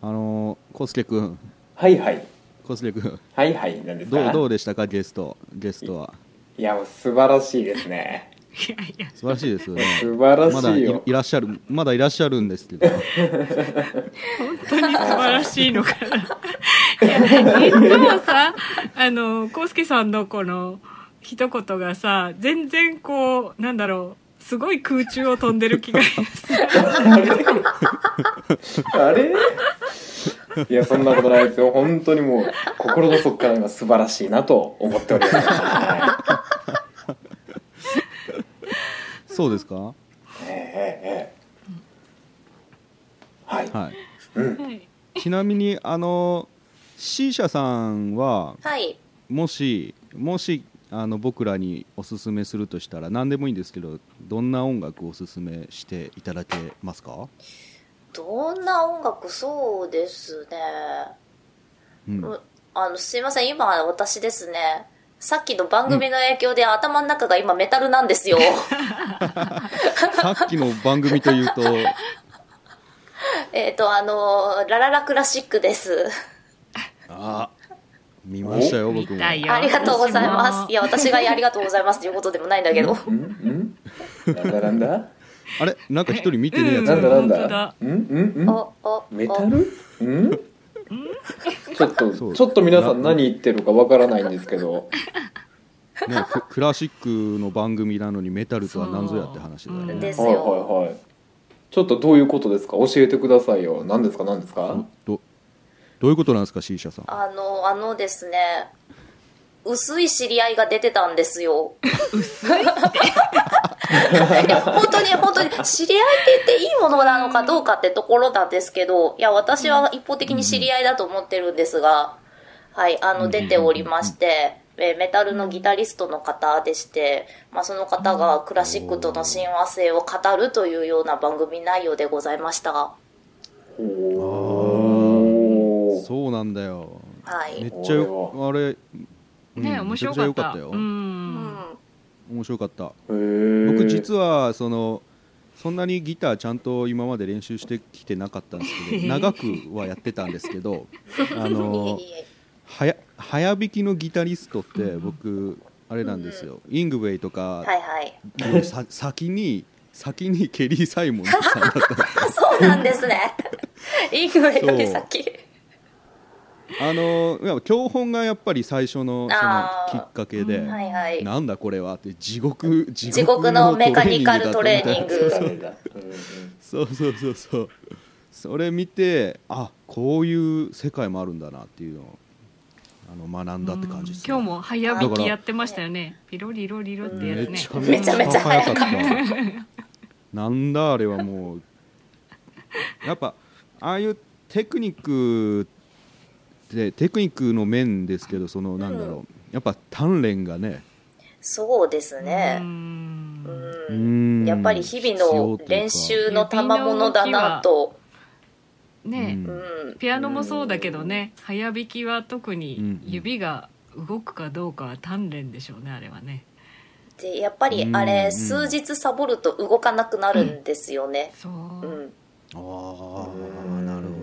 あのー、コスケ君はいはいコスケ君はいはいなんですかどうどうでしたかゲストゲストはいやもう素晴らしいで すねいやいや素晴らしいですよね素晴らまだしいいよいらっしゃるまだいらっしゃるんですけ ど本当に素晴らしいのかないやいつもさあの浩介さんのこの一言がさ全然こうなんだろうすごい空中を飛んでる気がするあれいやそんなことないですよ本当にもう心の底から今素晴らしいなと思っております、はそうですかい、ええええはい、はいうん、はいちなみにあの C 社さんははいもしもしあの僕らにおすすめするとしたら何でもいいんですけどどんな音楽をおすすめしていただけますか、どんな音楽そうですね、うん、 うあのすいません今私ですねさっきの番組の影響で頭の中が今メタルなんですよさっきの番組というとえっとあのラララクラシックですあ見ましたよ僕見もたいよありがとうござ私いまもすいや私がありがとうございますということでもないんだけどうんうんなんだなんだあれなんか一人見てねえやつなんだなん本当だだうんうんうんおおメタおルうんちょそっとうちょっと皆さん何言ってるかわからないんですけどね、ク クラシックの番組なのにメタルとは何ぞやって話だよそううんねではすいはいよはいちょっとどういうことですか教えてくださいよ何ですか何ですかどどどういうことなんですか C 社さんあのあのですね薄い知り合いが出てたんで すよ いや本当に本当に知り合いって言っていいものなのかどうかってところなんですけどいや私は一方的に知り合いだと思ってるんですが、はいあの出ておりまして、えメタルのギタリストの方でして、まあ、その方がクラシックとの親和性を語るというような番組内容でございましたがおーそうなんだよはい、めっちゃよあれ、うんね面白かめちゃくちゃ良っかったたよ、うん面白かったへー僕実はそのそんなにギターちゃんと今まで練習してきてなかったんです けど長くはやってたんですけどあのいえいえはや早弾きのギタリストって僕あれなんですよイングウェイとかはいはいよりさ先に先にケリー・サイモンズさんだった あそうなんですねインフレより先あのいや教本がやっぱり最初のそのあーきっかけで、うんはいはいなんだこれはって地獄地地獄のメカニカルトレーニングだったみたいなグ誰だうんうんそうそうそうそうそれ見てあこういう世界もあるんだなっていうのをあの学んだって感じです、ね、今日も早弾きやってましたよねピロリロリロってやめつねちゃめちゃめちゃ早かったなんだあれはもうやっぱああいうテクニックってテクニックの面ですけどそのなんだろう、やっぱ鍛錬がねそうですうね。んう。うんんやっぱり日々の練習の賜物だなと。ね、うんうん。ピアノもそうだけどね早弾きは特にうん指が動くかどうかは鍛錬でしょうねあれはねで、やっぱりあうんうれ、ん数日サボると動かなくなるんですよね。そう、うん。ああなるほ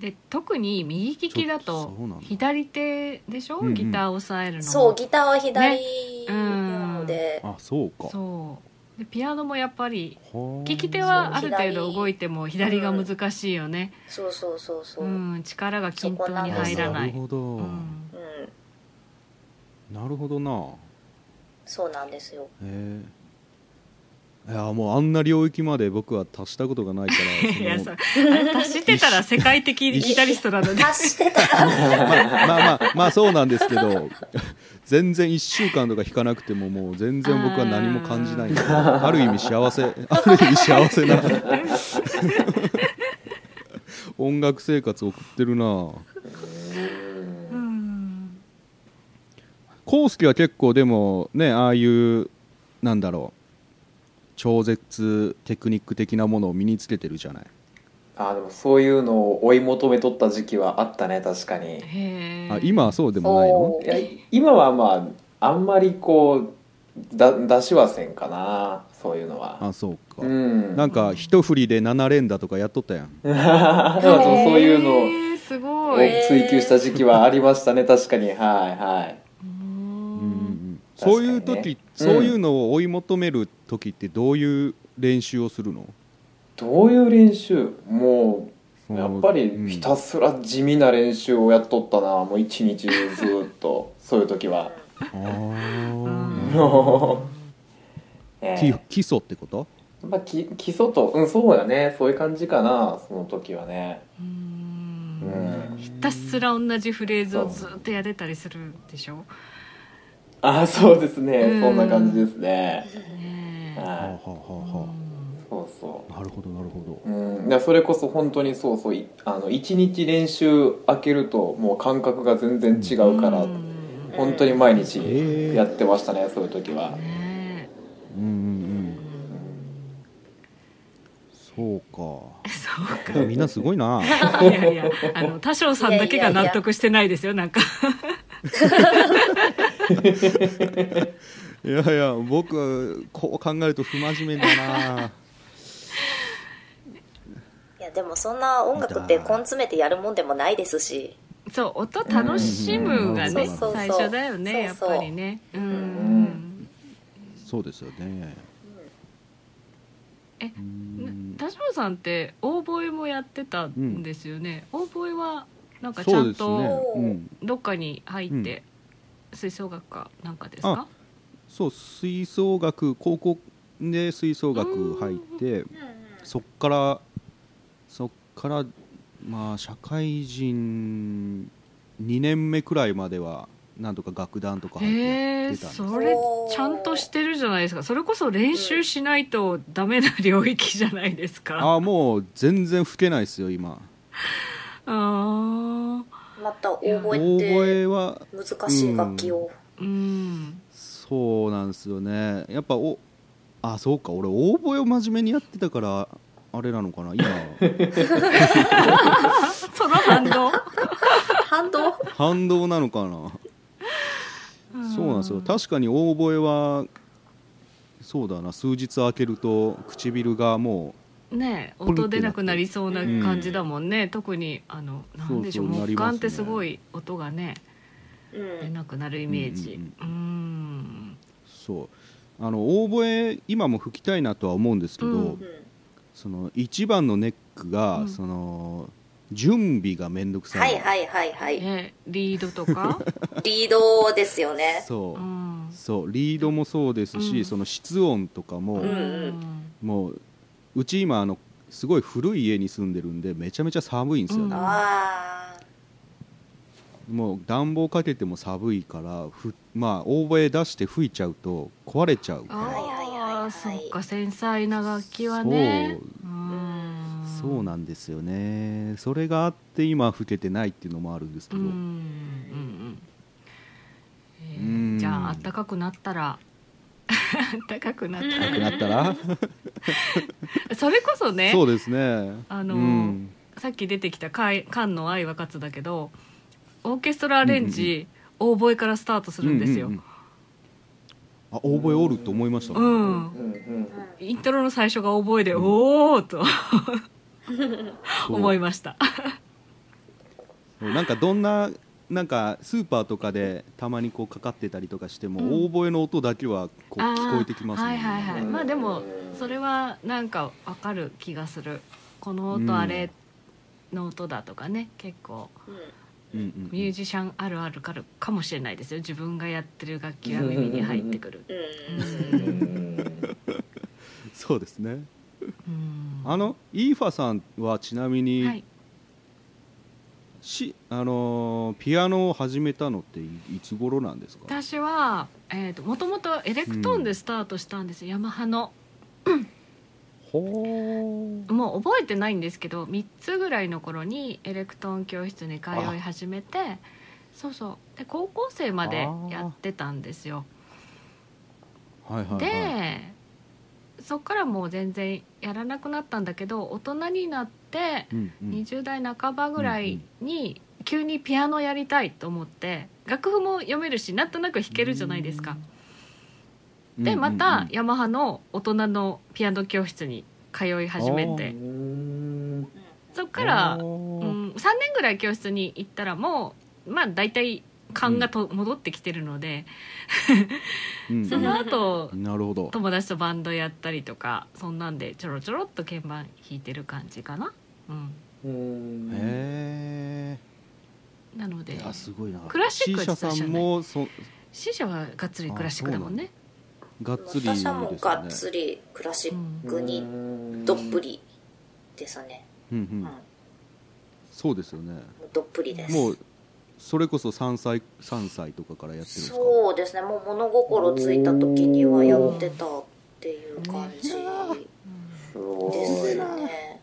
で特に右利きだちょとそうなんだ左手でしょ、うんうんギターを押さえるのそう、ギターは左なのでど。あそうかそうでピアノもやっぱりはあ利き手はあそうる程度動いても左が難しいよね、そうそうそうそうう。うん。ん力が均等に入らないるほど、うんなるほどなそうなんですよ。へえいやもうあんな領域まで僕は達したことがないか いやらそうあれ達してたら世界的ギタリストなので足してたまら、あまあまあそうなんですけど 全然1週間とか弾かなくてももう全然僕は何も感じないんで ある意味幸せある意味幸せな音楽生活送ってるなうん康介は結構でもねああいうなんだろう超絶テクニック的なものを身につけてるじゃないあでもそういうのを追い求めとった時期はあったね確かにへえあ今はそうでもないのおいや今はまああんまりこうだ出しはせんかなそういうのはあそうか、うん なんか一振りで7連打とかやっとったやんだからそうそういうのをへーすごい。追求した時期はありましたね確かにはいはいうんうんうん確かにねそういう時、うんそういうのを追い求める時ってどういう練習をするのどういう練習もうやっぱうりんひたすら地味な練習をやっとったなもう一日中ずーっ とそういう時はあーもうええ基基礎ってことまあ、き基礎とうんそうだねそういう感じかなその時はねうーうんんひたすら同じフレーズをずっとやれたりするでしょ。ああそうですねうんそんな感じですねねえはあはあははうあはんいそうそあなるほどなるほどううんだからそれこそ本当にそうそういあの一日練習開けるともう感覚が全然違うからうん本当に毎日へえやってましたねそういう時はねうんうんうんうそんうかえそうみんなすごい なか。いやいや、あの、多少さんだけが納得してないですよ、なんか。いやいや僕こう考えると不真面目だないやでもそんな音楽って根詰めてやるもんでもないですしそう、音楽しむがね、うんそうそうそう最初だよね、やそっうそうぱりね。う。うんそうですよねえうん田代さんってオーボエもやってたんですよね、オーボエはなんかちゃそうんですねと、うん、どっかに入って吹奏楽かなんかですあか、そう吹奏楽高校で吹奏楽入ってそっからそっからまあ社会人2年目くらいまではなんとか楽団とか入ってへやっえてたんですそれちゃんとしてるじゃないですかそれこそ練習しないとダメな領域じゃないですか、ああもう全然吹けないですよ今ああまた大大声って声は難しい楽器を、うんそうなんですよねやっぱおあそうか俺オーボエを真面目にやってたからあれなのかな今 その反 応反動反動なのかなそうなんですよ確かにオーボエはそうだな数日開けると唇がもねえ音出なくなりそうな感じだもんね、特にあのなんでしょうそうそうな木ります管ねってすごい音がねう出んなくなるイメージうーんうそうあのオーボエ今も吹きたいなとは思うんですけど、うんうんその一番のネックが、うんその準備がめんどくさ、はいいはいはいはいねリード とかリードですよねそううんそうリードもそうですし、うんその室音とかも、ううんんもううち今あのすごい古い家に住んでるんでめちゃめちゃ寒いんですよね、ああもう暖房かけても寒いからふまあ大声出して吹いちゃうと壊れちゃうあかはいはいはいはあいそっか繊細な楽器はねそううーんらそうなんですよねそれがあって今吹けてないっていうのもあるんですけうど、んうんうんえーうんじゃああったかくなったらあったかくなったなくなったららそれこそ ねそうですねあのーうんさっき出てきたかい「缶の愛は勝つ」だけどオーケストラアレンジ、オーボエからスタートするんですよ、うううんあ大声おると思いました、うんうんうんイントロの最初がオーボエで、おおとそう思いましたそうなんかどんななんかスーパーとかでたまにこうかかってたりとかしても、うん大声の音だけはこうあー聞こえてきますもんはいねはいはいうんまあでもそれはなんかわかる気がするこのうん音あれの音だとかね結構うんうんうんミュージシャンあるあるかるかもしれないですよ自分がやってる楽器が耳に入ってくるうんうんうんそうですねうんあのイーファさんはちなみに、はいしあのーピアノを始めたのっていいつ頃なんですか私はえーともともとエレクトーンでスタートしたんですよ、ヤマハのほーもう覚えてないんですけど3つぐらいの頃にエレクトーン教室に通い始めてそうそうで高校生までやってたんですよはいはいで、はいそっからもう全然やらなくなったんだけど大人になってうんうん20代半ばぐらいに急にピアノやりたいと思って楽譜も読めるしなんとなく弾けるじゃないですか、でまうんうんたうんヤマハの大人のピアノ教室に通い始めうてんそっから、あうん、ー3年ぐらい教室に行ったらもうまあ大体勘がと、戻ってきてるのでうんうんその後なるほど友達とバンドやったりとかそんなんでちょろちょろっと鍵盤弾いてる感じかな、うん、うんへなのえでいやすごいなクラシックは C 社さんもそ師匠はがっつりクラシックだもんねがっつりです私はもうがっねつりクラシうッんクにどっぷりですね、うんううんんそうですよねどっぷりですもうそれこそ3歳三歳とかからやってるんですかそうですねもう物心ついた時にはやってたっていう感じすごですいね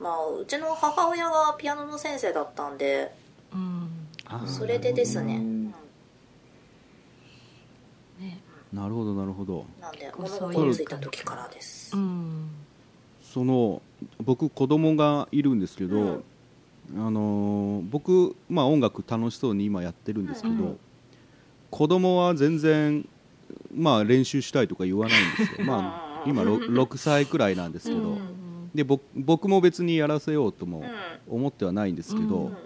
まあうちの母親がピアノの先生だったんでうん、うんあーそれでですね、ううんんねなるほどなるほどなんでこう物そういう心ついた時からです、うんその僕子供がいるんですけど、うんあのー僕、まあ、音楽楽しそうに今やってるんですけど、うん子供は全然、まあ、練習したいとか言わないんですよまあ今 6, 歳くらいなんですけど、うんで僕僕も別にやらせようともうん思ってはないんですけど、ううん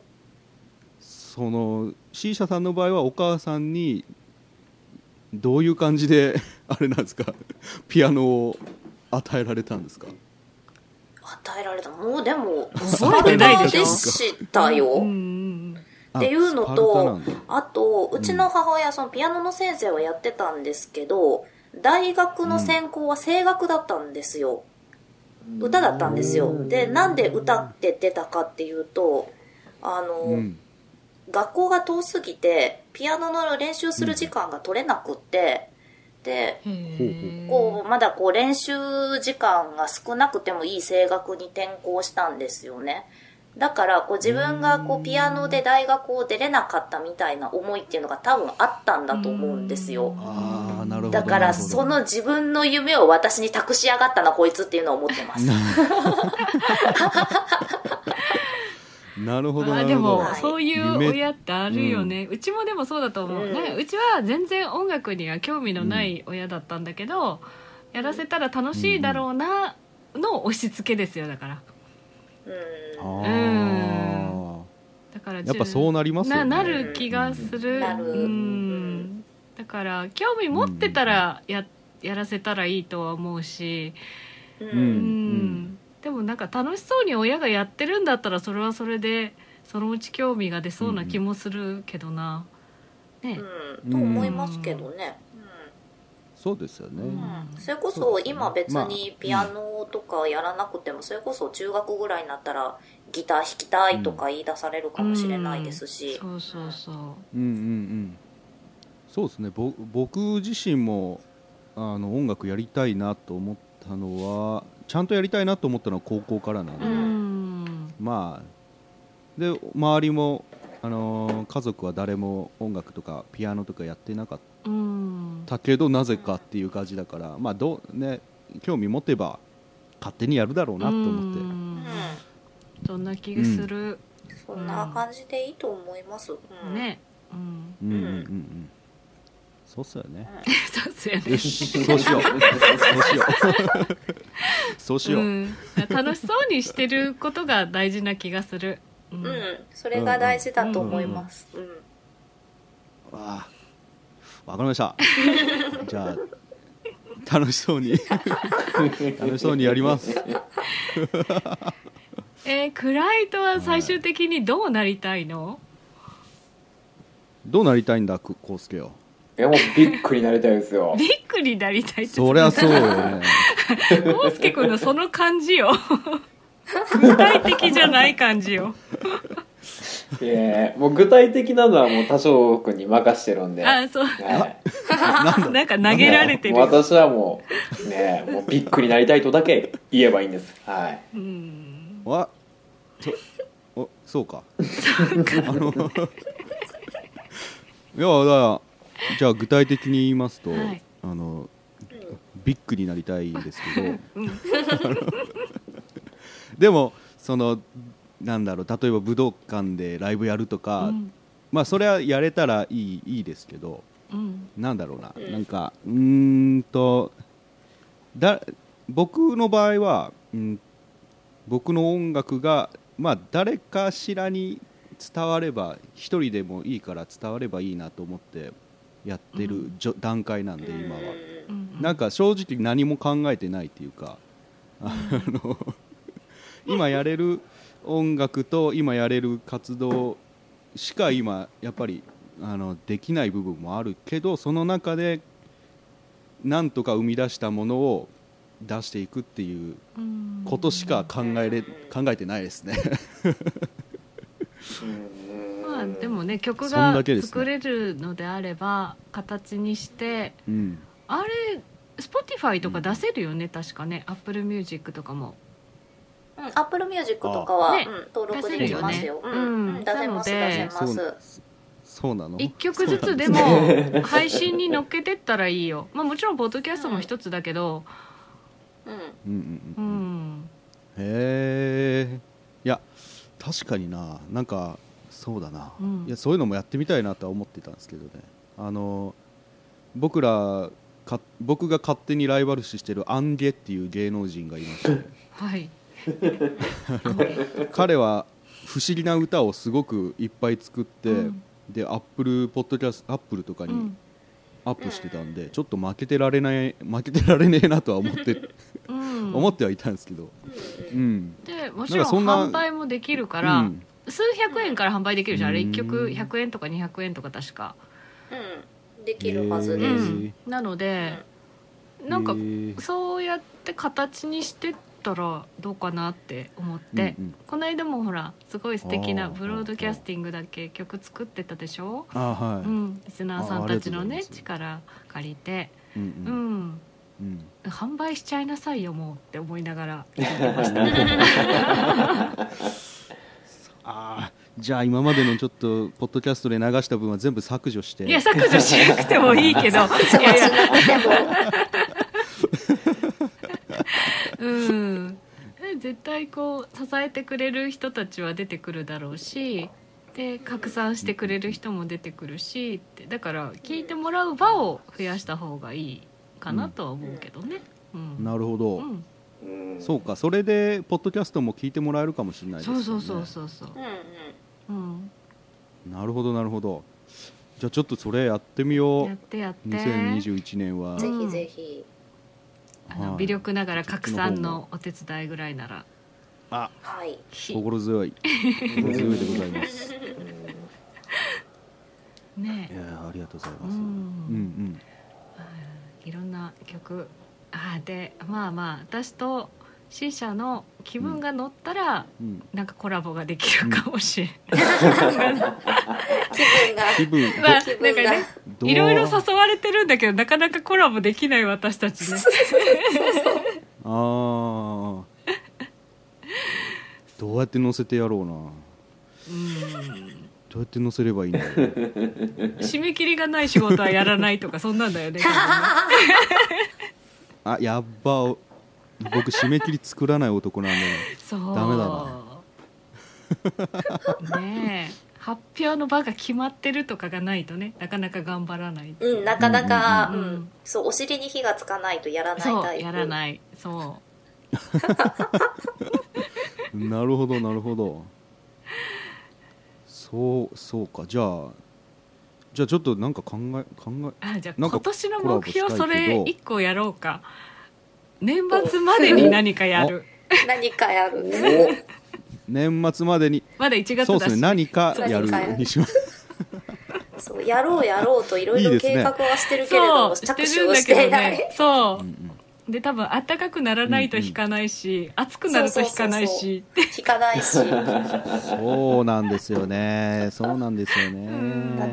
その C 社さんの場合はお母さんにどういう感じで あれなんですかピアノを与えられたんですか与えられたもうでも覚えてないでしょスパルタでしたよ、うんうんあっていうのスパルとタなんだあとうちの母親そのピアノの先生をやってたんですけど大学の専攻は声楽だったんですよ、歌だったんですよでなんで歌って出たかっていうとあの、うん学校が遠すぎてピアノの練習する時間が取れなくって、でうんへーこうまだこう練習時間が少なくてもいい声楽に転校したんですよねだからこう自分がこうピアノで大学を出れなかったみたいな思いっていうのが多分あったんだと思うんですよあーなるほどだからなるほどその自分の夢を私に託しやがったなこいつっていうのを思ってますなるほどなるあほどでもはいそういう夢親ってあるよね、うちもでもそうだと思う、うんねうちは全然音楽には興味のない親だったんだけど、やらせたら楽しいだろうなの押し付けですよだからうんあーだからやっぱそうななりますよなねなる気がする、うんなるうんだから興味持ってたらややらせたらいいとは思うし、ううんんうんでもなんか楽しそうに親がやってるんだったらそれはそれでそのうち興味が出そうな気もするけどな、ね、うんと思いますけどね、うんそうですよね、うんそれこそうそですね今別にピアノとかやらなくてもそれこそ中学ぐらいになったらギター弾きたいとか言い出されるかもしれないですし、そうそうそうんうんうんそうですねぼ僕自身もあの音楽やりたいなと思ったのはちゃんとやりたいなと思ったのは高校からなんで、ううんまあで周りも、あのー家族は誰も音楽とかピアノとかやってなかっうんたけどなぜかっていう感じだからまあどうね興味持てば勝手にやるだろうなと思って、うんそんな気がする、そんな感じでいいと思います、うんね、うん、うんうんうんうんそうっすよねそうっすよねよしそうしようそうしようそうしよう、ん、楽しそうにしてることが大事な気がする、ううんんそれが大事だと思います、うんわあわかりました じゃあ楽しそうに楽しそうにやりますえークライトは最終的にどうなりたいの、どうなりたいんだこコウスケよいやもうビッグになりたいですよびっくりなりたいってそりゃそうよねコウスケ君のその感じよ具体的じゃない感じ よいやもう具体的なのはもう多少君に任してるんであそうはいなんか投げられてるもう私はもうねもうビッグになりたいとだけ言えばいいんですはいうんわそおそうかあのいやだからじゃあ具体的に言いますと、はいあのビッグになりたいんですけど、あの でもそのなんだろう例えば武道館でライブやるとか、うんまあそれはやれたらいいいいですけど、うんなんだろうな、うんなんかうーんとだ僕の場合は、うん、僕の音楽が、まあ、誰かしらに伝われば一人でもいいから伝わればいいなと思ってやってるじょ、段階なんで今は、うんうんなんか正直何も考えてないっていうかあの今やれる音楽と今やれる活動しか今やっぱりあのできない部分もあるけどその中でなんとか生み出したものを出していくっていううんことしか考えれ考えてないですねまあでもね曲そんがだけですね作れるのであれば形にしてうんあれ Spotify とか出せるよね、確かね Apple Music とかもうん、アップルミュージックとかは、ねうん、登録できますよ。出せるようねん、うん出せます、なので出せまそすう。そうなの1曲ずつでも配信に乗っけてったらい いよ、まあ、もちろんポッドキャストも一つだけどうん、うんうんううん、んへえいや確かにななんかそうだな、うんいやそういうのもやってみたいなとは思ってたんですけどねあの僕らか僕が勝手にライバル視してるアンゲっていう芸能人がいまして はい彼は不思議な歌をすごくいっぱい作って、うん でアップルポッドキャストアップルとかうにんアップしてたんで、ちょっと負けてられない 負けてられねえなとは思って、うん思ってはいたんですけど、うん、でもちろんなんかそんな販売もできるから、うん数百円から販売できるじゃんあれうん1曲100円とか200円とか確か、うん、できるはずへでーす。うんなのでなんかへえそうやって形にしてったらどうかなって思って、うんうんこの間もほらすごい素敵なあーブロードキャスティングだけ曲作ってたでしょ、あはい、うん、リスナーさんたちのあーありがとうございまねす力借りて、うんううんんうん販売しちゃいなさいよもうって思いながらああじゃあ今までのちょっとポッドキャストで流した分は全部削除していや削除しなくてもいいけどそいうしやいやなくても、 うん、絶対こう支えてくれる人たちは出てくるだろうしで拡散してくれる人も出てくるしってだから聞いてもらう場を増やした方がいいかなとは思うけどね。うんなるほど、うんそうかそれでポッドキャストも聞いてもらえるかもしれないですよそうねそうそうそうそう、うんうん、うん、なるほどなるほどじゃあちょっとそれやってみよやっうてやって2021年はぜんひぜひ。あのはい微力ながら拡散のお手伝いぐらいならあはい。心強い心強いでございますねいやーありがとうございうんます、うんいろんな曲あーでまあまあ私と C 社の気分が乗ったら、うんうんなんかコラボができるかもしれない、 気分が。気分まあ気な分んかが。ねどう いろいろ誘われてるんだけどなかなかコラボできない私たちねああどうやって載せてやろうなうんどうやって載せればいいんだろう締め切りがない仕事はやらないとかそんなんだ よね多分ねあやっば僕締め切り作らない男なんでそうダメだなねえ発表の場が決まってるとかがないとねなかなか頑張らないうん、なかなか、ううんんうんうんそう、お尻に火がつかないとやらないそタイうプ。やらないそうなるほどなるほどそうそうかじゃあじゃあちょっとなんか考え考あじゃあなんか今年のコラボ目標したそいけどれ1個やろうか年末までに何かやる何かやる。え年末までにまだ1月そうですだねし何かやる何かやるにしますそう、やろうやろうといろいいいろですね計画はしてるけれどそも、うし着て手るんをだしけてどない。ねそううんうんで多分暖かくならないと引かないし、暑くなると引かないし引かないし。だそうなんですよねそうなんですよんって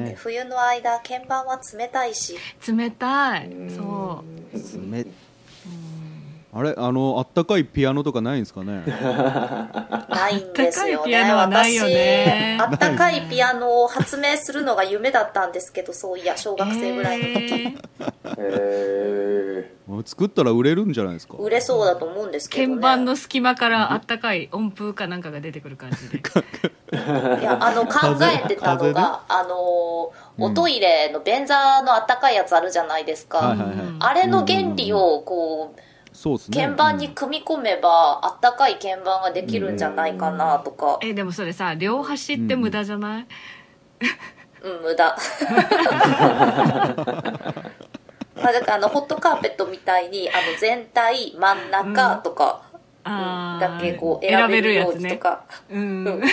ね冬の間、鍵盤は冷たいし。冷たいそう冷あれあのあったかいピアノとかないんですかね ないんですあよねったかいピアノはないよね私あったかいピアノを発明するのが夢だったんですけどそういや小学生ぐらいの時、えーえ作ったら売れるんじゃないですか売れそうだと思うんですけど、ね、鍵盤の隙間からあったかい音符かなんかが出てくる感じでいや あの考えてたの風邪が、あのうんおトイレの便座のあったかいやつあるじゃないですか、はいはいはいうんあれの原理をこうそうですね鍵盤に組み込めばあったかい鍵盤ができるんじゃないかなとか、えでもそれさ両端って無駄じゃない、うん、無駄。まあ、だからあの、ホットカーペットみたいに、あの、全体、真ん中とか、あーだけこう、選選べべるるやよつうにとねか。うん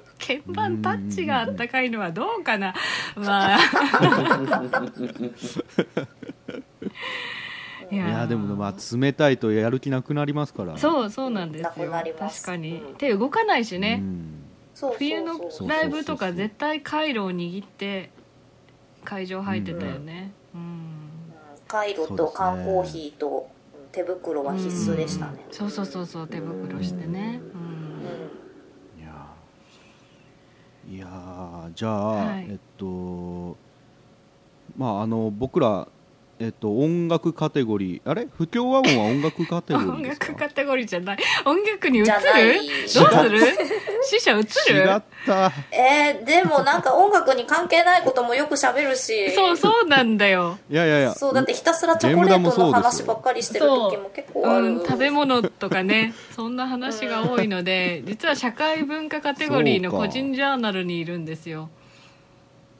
鍵盤タッチがあったかいのはどうかな まあいいやでもまあ冷たいとやる気なくなりますからうそうそうなんですよなくなります確かに、うん手動かないしね、んそうそうそう。冬のそうライブとか絶対カイロを握って会場入ってたよね、うんうんカイロと缶コーヒーとうん手袋は必須でしたねうん。そうそうそうそう手袋してね、うんいやーいやーじゃあ、はいえっとまああの僕らえっと音楽カテゴリーあれ不協和音は音楽カテゴリー音ですか楽カテゴリーじゃない音楽に映るじゃないどうする死者映る違ったえー、でもなんか音楽に関係ないこともよく喋るし。そうそうなんだよ、いやいやいやそう、だってひたすらチョコレートの話ばっかりしてる時も結構あうるん、。食べ物とかね そんな話が多いので実は社会文化カテゴリーのそうか個人ジャーナルにいるんですよ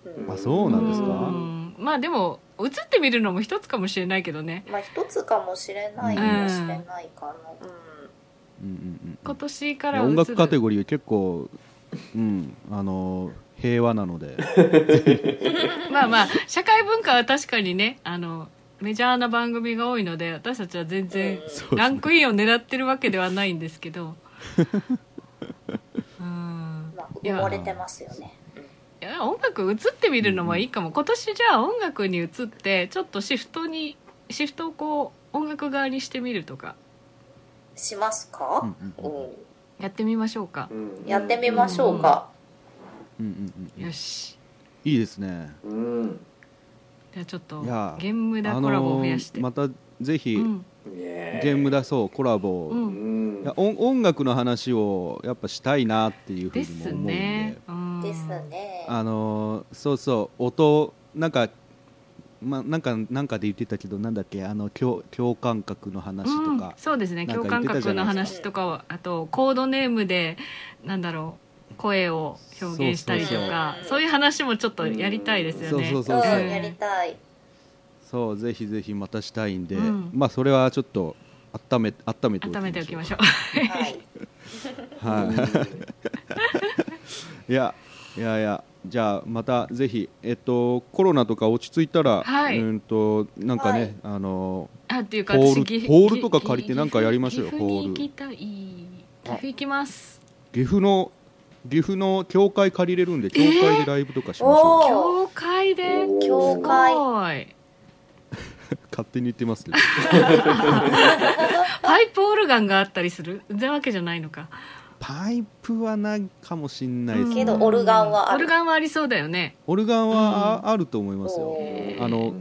うんあそうなんですかうんまあでも映ってみるのも一つかもしれないけどねまあ一つかもしれないかもしれないかな。うんうんうんうん今年かいらや映る音楽カテゴリーは結構うんあの平和なの でまあまあ社会文化は確かにねあのメジャーな番組が多いので私たちは全然うんそうですねランクインを狙ってるわけではないんです けどうんまあ、い埋やもれてますよね。いや音楽映ってみるのもいいかも、今年じゃあ音楽に移ってちょっとシフトにシフトをこう音楽側にしてみるとかしますか、ううんんうんうんやってみましょうか、うんやってみましょうか。うんうんうんよしいいですねうんじゃあちょっといやゲームだコラボを増やして、あのまたぜひ、うんねえゲームだそうコラボを、ううんんいや音音楽の話をやっぱしたいなっていうふうでにも思すうんでね、うんですね。あのーそうそう音なんかまあなんかなんかで言ってたけどなんだっけあの共共感覚の話とうんか、そうですねなん共か言っ感てたじ覚ゃなのいですか話とかはあとコードネームでなんだろう声を表現したりとかそうそうそうそういう話もちょっとやりたいですよねそうそそううそううんやりたい。そうぜひぜひまたしたいんで、うんまあそれはちょっと温め温めておきましょう温めておきましょう はい。はいい やいやいやじゃあまたぜひえっとコロナとか落ち着いたら、はいうんとなんかね、はいあのーあっていうかホール私ぎホールとか借りてなんかやりましょうよ岐阜にホール行きたい岐阜行きます岐阜の岐阜の教会借りれるんで教会でライブとかしましょう、おー教会でおー 教会すごい勝手に言ってますけどパイプオルガンがあったりする全然わけじゃないのかパイプはないかもしんないですけねどオルガンはあるオルガンはありそうだよねオルガンはああると思いますよ、おあの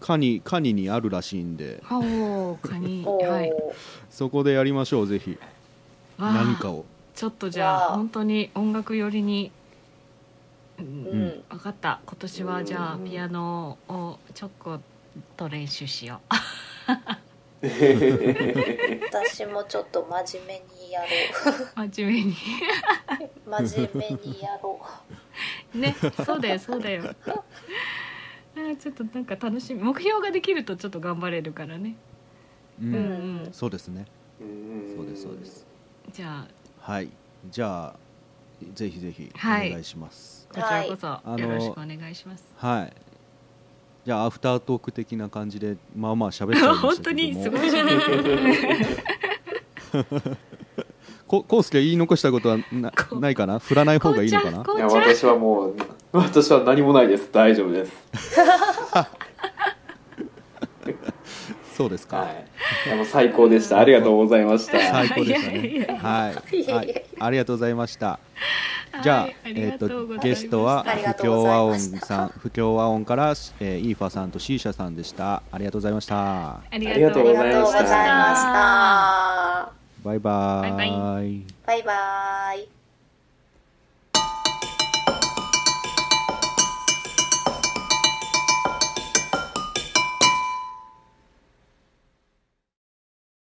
カニカニにあるらしいんでおーカニおーはいそこでやりましょうぜひわあ何かをちょっとじゃわああ本当に音楽寄りに、うんううんん。分かった今年はじゃあうんピアノをちょこっと練習しよ私もちょっと真面目にやろう真面目にう。真面目にやろねそうだよそうだよあーちょっとなんか楽しみ目標ができるとちょっと頑張れるからねうう。んう。うんんそうですねうんそうですそうですじゃあはいじゃあぜひぜひおはい願いしますこちらこそいよろしくお願いします、はい、じゃあアフタートーク的な感じでまあまあ喋っちゃいましたけども 本当にすごい喋ってるこコウスケ言い残したことはなこないかな振らない方がいいのかないうやちゃん私はもう私は何もないです大丈夫ですそうですか、はい、でも最高でしたありがとうございました最高でしたいやい やいねやはい、いやはいやい、ありがとうございましたじゃあ,、はいありえがっとうとございましたゲストはありが不とうご協ざ和いま音したさん不協和音から、えーイーファさんとシーシャさんでしたありがとうございましたあありがとあうりごがざいましたとうございました。バイバーバイイババイバイ。